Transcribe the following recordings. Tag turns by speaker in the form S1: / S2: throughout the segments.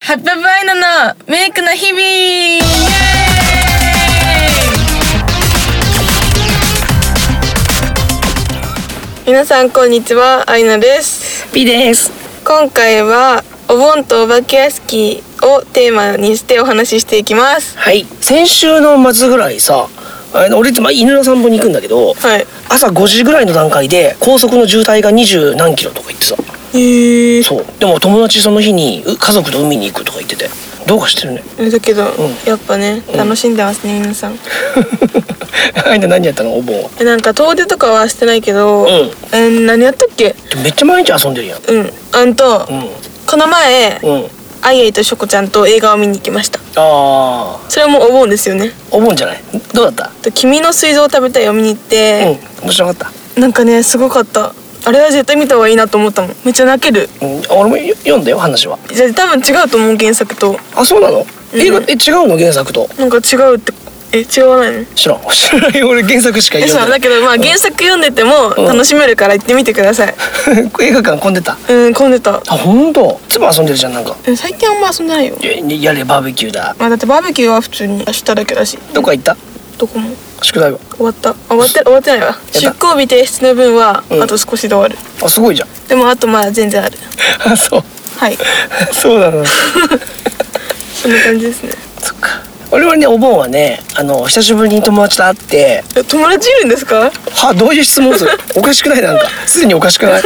S1: ハッピーバイナのメイクの日々イエーイ
S2: 皆さんこんにちはアイナです
S1: ピです
S2: 今回はお盆とお化け屋敷をテーマにしてお話ししていきます
S3: はい先週の末ぐらいさあの俺ってまあ犬の散歩に行くんだけど、
S2: はい
S3: 朝5時ぐらいの段階で高速の渋滞が二十何キロとか言ってさ
S2: へえ
S3: そうでも友達その日にう家族と海に行くとか言っててどうかしてるね
S2: だけど、
S3: ん
S2: やっぱね楽しんでますね皆さん
S3: あいな何やったのお盆は
S2: えなんか遠出とかはしてないけど、
S3: ん
S2: えー何やったっけ
S3: でもめっちゃ毎日遊んでるやん
S2: うんあんと、
S3: う
S2: この前、
S3: んうん
S2: アイアイとショコちゃんと映画を見に行きました
S3: あー
S2: それもお盆ですよね
S3: お盆じゃないどうだっ
S2: と君の水蔵を食べたいを見に行った
S3: うん
S2: て、
S3: 面白かっ
S2: なんかねすごかったあれは絶対見た方がいいなと思ったもんめっちゃ泣ける
S3: た、うん、俺もよ読んだよ話は
S2: じゃあ多分違うと思う原作と
S3: あそうなの映画、え違うの原作と
S2: なんか違うってえ違わないの
S3: 知らん 知らない俺原作しか
S2: え
S3: 読
S2: そうんだけ
S3: で
S2: どまあ原作読んでても
S3: ん
S2: 楽しめるから行ってみてください
S3: ない 映画館混んでた
S2: うん混んでた
S3: あ本当。いつも遊んでるじゃんなんか
S2: え最近あんま遊んでないよ
S3: ややれバーベキューだ
S2: まあだってバーベキューは普通に明日だけだし
S3: どこ行った
S2: どこも
S3: 宿題は
S2: 終わったあ終わって終わってないわ出航日提出の分は
S3: うん
S2: あと少しで終わる、
S3: あすごいじゃん
S2: でもあとまだ全然ある
S3: あ そう
S2: はい
S3: そうなの
S2: そんな感じですね
S3: そっか俺はねお盆はねあの久しぶりに友達と会って
S2: え友達いるんですか
S3: はどういう質問する おかしくないなんかすでにおかし くない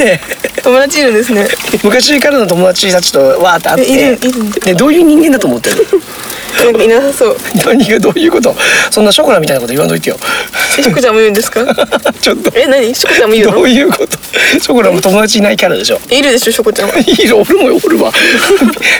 S3: ね
S2: 友達いるんですね
S3: 昔からの友達たちとわーって会
S2: え
S3: っ
S2: いるいるん
S3: て、ね、どういう人間だと思ってる
S2: なんかいなさそう
S3: 何がどういうことそんなショコラみたいなこと言わんといてよ
S2: えしこちゃんもいるんですか
S3: ちょっと
S2: え何しこちゃんもいる
S3: ど
S2: の
S3: ういうことショコラも友達いないキャラでしょ
S2: いるでしょしこちゃんはい
S3: いよ俺もおるわ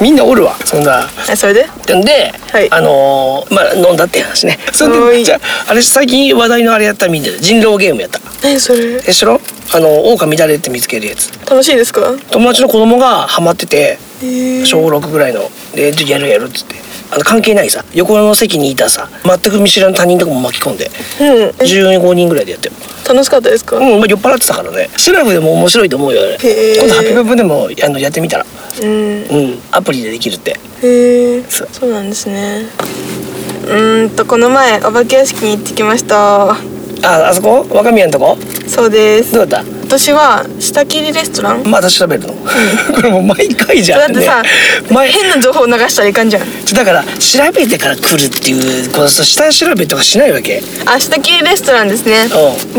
S3: みんなおるわそんな
S2: えそれで
S3: んで、
S2: はい
S3: あのーまあ飲んだって話ねそ
S2: は
S3: れ
S2: ーい
S3: でじゃああれ最近話題のあれやったみんなで人狼ゲームやった
S2: 何それ
S3: えしろあのー狼乱れって見つけるやつ
S2: 楽しいですか
S3: 友達の子供がハマってて
S2: えー、
S3: 小6ぐらいのでじゃあやるやるっつってあの関係ないさ横の席にいたさ全く見知らぬ他人とかも巻き込んで
S2: うんえ
S3: 15人ぐらいでやってる
S2: 楽しかったですか、
S3: うん、まあ、酔っ払ってたからねシラフでも面白いと思うよあれ
S2: へー
S3: 今度ハピブブでもあのやってみたら
S2: うん
S3: うんアプリでできるって
S2: へえ
S3: そう
S2: そうなんですねうーんとこの前お化け屋敷に行ってきました
S3: ああそこ若宮のとこ
S2: そうです
S3: どうだっ
S2: 私は下切りレストラン
S3: たまた調べるの、これもう毎回じ
S2: だ
S3: ゃ
S2: っ
S3: ん
S2: てさ、
S3: 前
S2: 変な情報流したらいかんじゃん
S3: だから調べてから来るっていうこのさ下調べとかしないわけ
S2: あ下切りレストランですね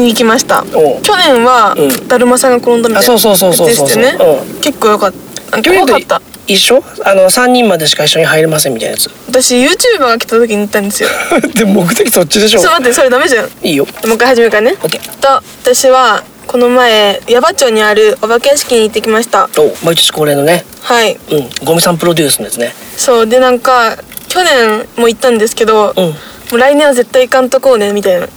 S2: に行きました去
S3: おう
S2: 年は、
S3: うん
S2: だるまさんが転んだみたいな
S3: あそうそうそうそうそう
S2: ですよね、
S3: う
S2: 結構良かったなんか
S3: 去年
S2: 怖
S3: と
S2: かった
S3: 一緒あの3人までしか一緒に入れませんみたいなやつ
S2: 私 YouTuber が来た時に行ったんですよ
S3: で目的そっちでし
S2: ちょ
S3: ょ
S2: っと待ってそれダメじゃんも
S3: いいよ
S2: う一回始めるからね
S3: OK
S2: と私はこの前矢場町にあるお化け屋敷に行ってきました
S3: お毎年恒例のね
S2: はい
S3: うんゴミさんプロデュースのやつね
S2: そうでなんか去年も行ったんですけど、
S3: うん
S2: もう来年は絶対行かんとこうねみたいな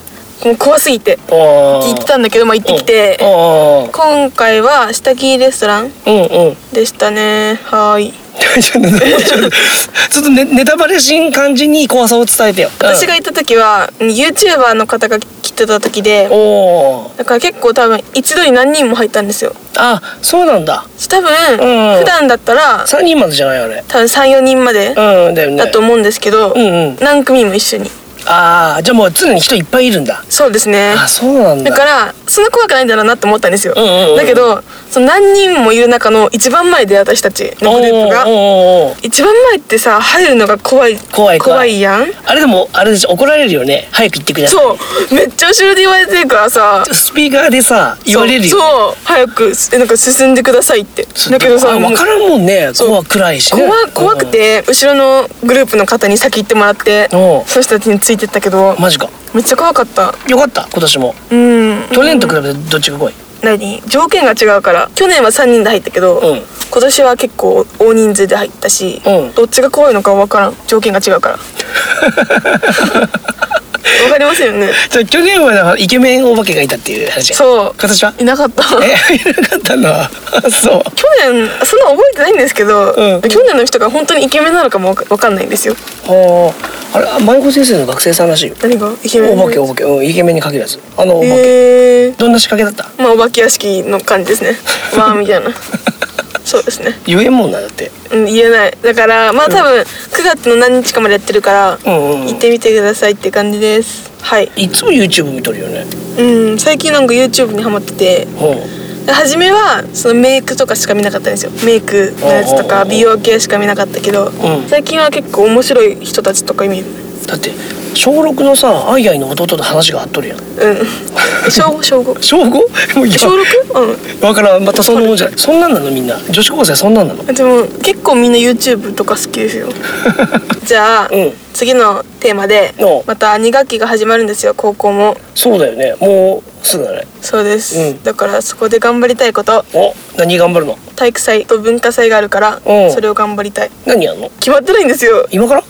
S2: もう怖すぎて
S3: あ
S2: 言ってたんだけどまあ行ってきて
S3: ああ
S2: 今回は下着レストラン
S3: うん うん
S2: でしたねはーい
S3: ちょっとちょっとねネタバレしん感じに怖さを伝えてよ、うん
S2: 私が行った時は YouTuber の方が来てた時で
S3: おお
S2: だから結構多分一度に何人も入ったんですよ
S3: あそうなんだ
S2: 多分
S3: うん
S2: 普段だったら
S3: 3人までじゃないあれ
S2: 多分34人まで
S3: うんだよね
S2: だと思うんですけど
S3: うんうん
S2: 何組も一緒に
S3: ああじゃあもう常に人いっぱいいるんだ
S2: そうですね
S3: あそうなんだ
S2: だからそんな怖くないんだろうなって思ったんですよ、
S3: うんうんうん
S2: だけどその何人もいる中の一番前で私たちのグループが
S3: おーおーおー
S2: 一番前ってさ入るのが怖い
S3: 怖い怖い
S2: やん
S3: あれでもあれでしょ怒られるよね早く行ってください
S2: そうめっちゃ後ろで言われてるからさ
S3: スピーカーでさ言われるよ、ね、
S2: そうそう早くえなんか進んでくださいってだけどさもう
S3: 分からんもんね
S2: そう
S3: 怖暗いしね
S2: 怖怖く、て、後ろのグループの方に先行ってもらって
S3: おう
S2: その人たちについてったけど
S3: うんマジか
S2: めっちゃ怖かった
S3: よかった今年も
S2: うん
S3: 去年と比べてどっちが怖い
S2: 何条件が違うから去年は3人で入ったけど、
S3: うん
S2: 今年は結構大人数で入ったし、
S3: うん
S2: どっちが怖いのか分からん条件が違うから 分かりませんよね
S3: じゃあ去年はなんかイケメンお化けがいたっていう話
S2: そう
S3: 今年はい
S2: なかった去
S3: えいなかったなあ
S2: 年そ
S3: そう
S2: んな覚えてないんですけど、
S3: うん
S2: 去年の人が本当にイケメンなのかも分かんないんですよ
S3: あああれあ舞子先生の学生さんらしいよ
S2: 何がイケメン
S3: お化けお化け、うん、イケメンに限らずあのお化け、
S2: へえ
S3: どんな仕掛けだった
S2: まあお化け屋敷の感じですねわーみたいなそうですね
S3: 言えんもんなだって
S2: うん言えないだからまあ多分9月の何日かまでやってるから、
S3: うんうんうん
S2: 行ってみてくださいって感じですはい
S3: いつも YouTube 見とるよね
S2: うん最近なんか YouTube にハマってて
S3: う
S2: 初めはそのメイクとかしか見なかったんですよメイクのやつと
S3: おうおうお
S2: か
S3: う
S2: 美容系しか見なかったけど、
S3: ん
S2: 最近は結構面白い人たちとか見る
S3: んだって小6のさアイアイの弟と話が合っとるやん
S2: うん小5小5
S3: 小 5? もう今
S2: 小 6? うん
S3: わからんまたそんなもんじゃないそんなんなのみんな女子高生そんなんなの
S2: でも結構みんな YouTube とか好きです よじゃあ、
S3: うん
S2: 次のテーマで
S3: おう
S2: また2学期が始まるんですよ高校も
S3: そうだよねもうすぐだね
S2: そうです、
S3: うん
S2: だからそこで頑張りたいこと
S3: お何頑張るの
S2: 体育祭と文化祭があるから
S3: おう
S2: それを頑張りたい
S3: 何やんの
S2: 決まってないんですよ
S3: 今から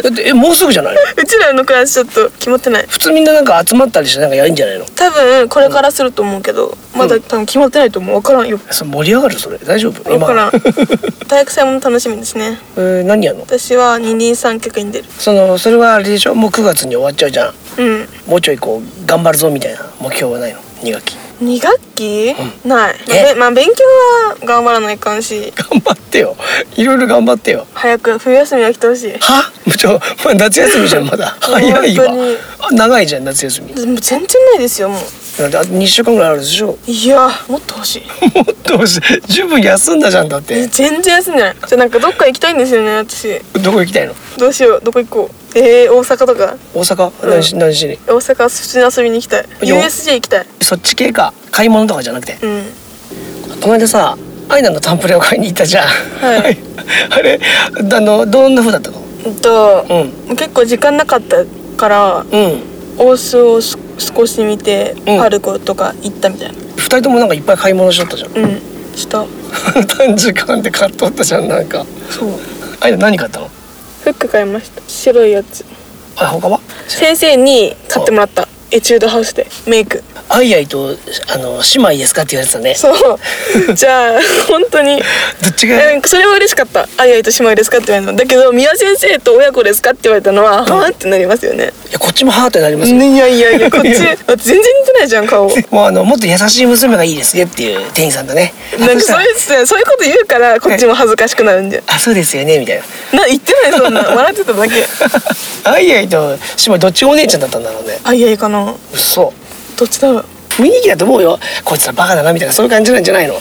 S3: だってえもうすぐじゃないう
S2: ちらのクラスちょっと決まってない
S3: 普通みんななんか集まったりしてなんかやるんじゃないの
S2: 多分これからすると思うけど、まだ多分決まってないと思う分からんよ
S3: それ盛り上がるそれ大丈夫
S2: 分 からん
S3: 今
S2: 体育祭も楽しみですね
S3: えー何やんの
S2: 私は二輪三脚に出る
S3: そのそれはあれでしょもう9月に終わっちゃうじゃん
S2: うん
S3: もうちょいこう頑張るぞみたいな目標はないの2学期
S2: 2学期、ないまあべ
S3: え
S2: まあ勉強は頑張らないかんし
S3: 頑張ってよいろいろ頑張ってよ
S2: 早く冬休みが来てほしい
S3: はもうちょまあ夏休みじゃんまだ早いわ
S2: 本当に
S3: あ長いじゃん夏休み
S2: でも全然ないですよもう
S3: だってあと2週間ぐらいあるでしょも
S2: いやーもっと欲 しい
S3: っとし十分休んだじゃんだって
S2: 全然休んでないじゃあなんかどっか行きたいんですよね私
S3: どこ行きたいの
S2: どうしようどこ行こうえー、大阪とか
S3: 大阪
S2: ん
S3: 何し,、何しに
S2: 大阪は普通に遊びに行きたい
S3: よ
S2: USJ 行きたい
S3: そっち系か買い物とかじゃなくて
S2: うん
S3: この間さアイナのタンプレを買いに行ったじゃん
S2: はい
S3: あれあのどんな風だったの
S2: えっと、
S3: う
S2: 結構時間なかったから
S3: うん
S2: 大須をす少し見て
S3: うん
S2: パルコとか行ったみたいな
S3: 二人ともなんかいっぱい買い物しとったじゃん
S2: うんした
S3: 短時間で買っとったじゃんなんか
S2: そう
S3: アイナ何買ったの
S2: フック買いました白いやつ
S3: あ他は
S2: 先生に買ってもらったエチュードハウスでメイク
S3: アイアイとあの姉妹ですかって言われてたね
S2: そう じゃあ本当に
S3: どっちが
S2: えそれは嬉しかった「あやいと姉妹ですか?」って言われたのだけど「宮先生と親子ですか?」って言われたのは「はあ?」ってなりますよね
S3: いやこっちもハートになりますよ、
S2: ねいやいやい やこっちあ全然似てないじゃん顔
S3: もうあのもっと優しい娘がいいですねっていう店員さんだね
S2: なんか
S3: そした
S2: そう
S3: ら
S2: いうそういうこと言うからこっちも恥ずかしくなるんじゃん
S3: あそうですよねみたいな
S2: な言ってないそんな笑ってただ け
S3: アイアイと姉妹どっちがお姉ちゃんだったんだろうね
S2: あいやいいかな
S3: 嘘
S2: どっちだろう
S3: 雰囲気だと思うよこいつらバカだなみたいなそういう感じなんじゃ ないの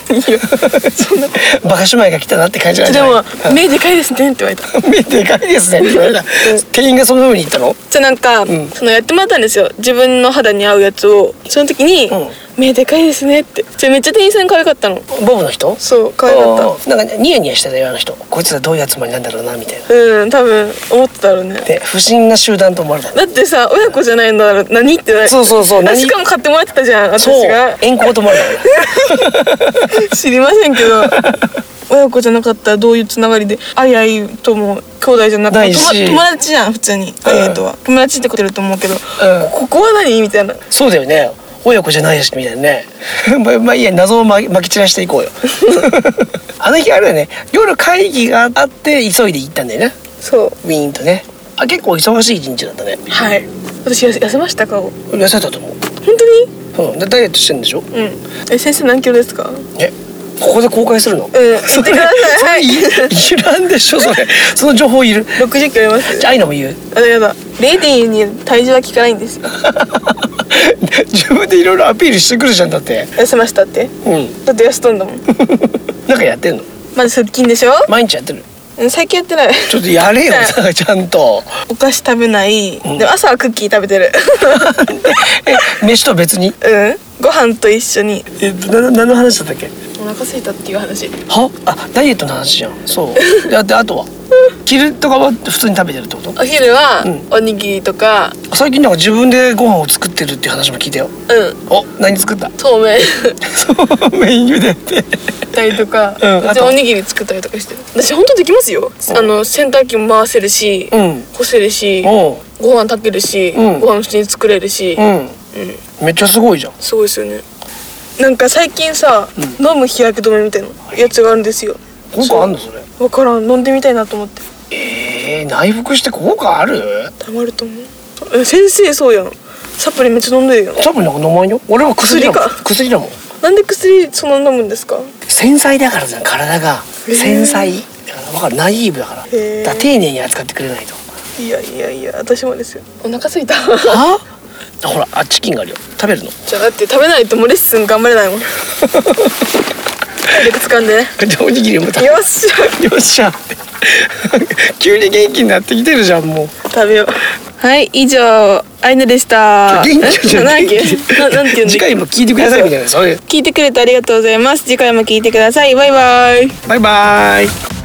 S3: バカ姉妹が来たなって感じなん
S2: で
S3: じゃない
S2: も「目でかいですね」って言われた
S3: うん目でかいですねって言われた店員がそのように言ったの
S2: じゃあなんか、
S3: ん
S2: そのやってもらったんですよ自分の肌に合うやつをその時に「
S3: うん
S2: 目でかいですね」ってじゃあめっちゃ店員さん可愛かったの
S3: ボブの人
S2: そう可愛かっ
S3: ったなんかニヤニヤしてたよあの人こいつらどういう集まりなんだろうなみたいな
S2: たうん多分思ってたろうね
S3: で不審な集団と思われた
S2: だってさ親子じゃないんだから何ってない
S3: そうそうそう
S2: あ
S3: 何
S2: しかも買ってもらってたじゃん私
S3: そう
S2: が
S3: 遠行と思われ た
S2: 知りませんけど親子じゃなかったらどういうつながりであいあいとも兄弟じゃなく
S3: な
S2: て
S3: いし
S2: 友友達じゃん普通にあいあいとは、友達ってことると思うけど、ここは何みたいな
S3: そうだよね親子じゃないしみたいなね まあまあいいや謎をまきまき散らしていこうよ あの日あれだよね夜会議があって急いで行ったんだよね
S2: そう
S3: ウィーンとねあ結構忙しい一日だったね
S2: はい私やせ痩せました顔本
S3: 痩せたと思う
S2: 当に
S3: うん、でダイエットしてんでしょ
S2: うんえ先生何キロですか
S3: えここで公開す るのうん
S2: 言ってください
S3: いらんでしょそれその情報 いる
S2: 六十キロあります
S3: じゃあアイナも言う
S2: あやだレディーに体重は効かないんですよ
S3: 自分でいろいろアピールしてくるじゃんだって
S2: 痩せましたって
S3: うん
S2: だって痩せたんだもん
S3: なんかやってんの
S2: まず腹筋でしょ
S3: 毎日やってる
S2: うん最近やってない
S3: ちょっとやれよちゃんと
S2: お菓子食べない、
S3: ん
S2: でも朝はクッキー食べてる
S3: え飯とは別に
S2: うんご飯と一緒に
S3: えな何の話だったっけ
S2: お腹空いたっていう話
S3: はあダイエットの話じゃん そうだってあとは昼とかは普通に食べてるってこと
S2: お昼は
S3: うん
S2: おにぎりとか
S3: 最近なんか自分でご飯を作ってるっていう話も聞いたよ
S2: うん
S3: お何作った
S2: そうめん
S3: そう メイン茹でて
S2: たりとか、
S3: うんあ
S2: で
S3: と
S2: おにぎり作ったりとかしてる私本当できますよあの洗濯機も回せるし、
S3: うん
S2: 干せるし
S3: おう
S2: ご飯炊けるし、
S3: うん
S2: ご飯普通に作れるし、
S3: うん
S2: うん
S3: めっちゃすごいじゃん
S2: すごいですよねなんか最近さ、飲む日焼け止めみたいなやつがあるんですよ
S3: 効果あんのそれ
S2: わからん飲んでみたいなと思って
S3: えー、内服して効果ある
S2: たまると思うえ先生そうやんサプリめっちゃ飲んでるやん
S3: サプリなんか飲まんよ俺は薬だもん
S2: 薬
S3: 薬だもん
S2: なんで薬その飲むんですか
S3: 繊細だからじゃん体が繊細だから分かるナイーブだからだから
S2: へー
S3: 丁寧に扱ってくれないと
S2: いやいやいや私もですよお腹すいた
S3: ああほらあチキンがあるよ食べるの
S2: じゃあだって食べないともうレッスン頑張れないもん体力掴んでね
S3: でおにぎりも食べ
S2: よっしゃ
S3: よっしゃって 急に元気になってきてるじゃんもう
S2: 食べようはい以上アイヌでした
S3: 元気じゃない
S2: え なんなんて言うんだっけ
S3: 次回も聞いてくださいみたいなそれ
S2: 聞いてくれてありがとうございます次回も聞いてくださいバイバイ
S3: バイバーイ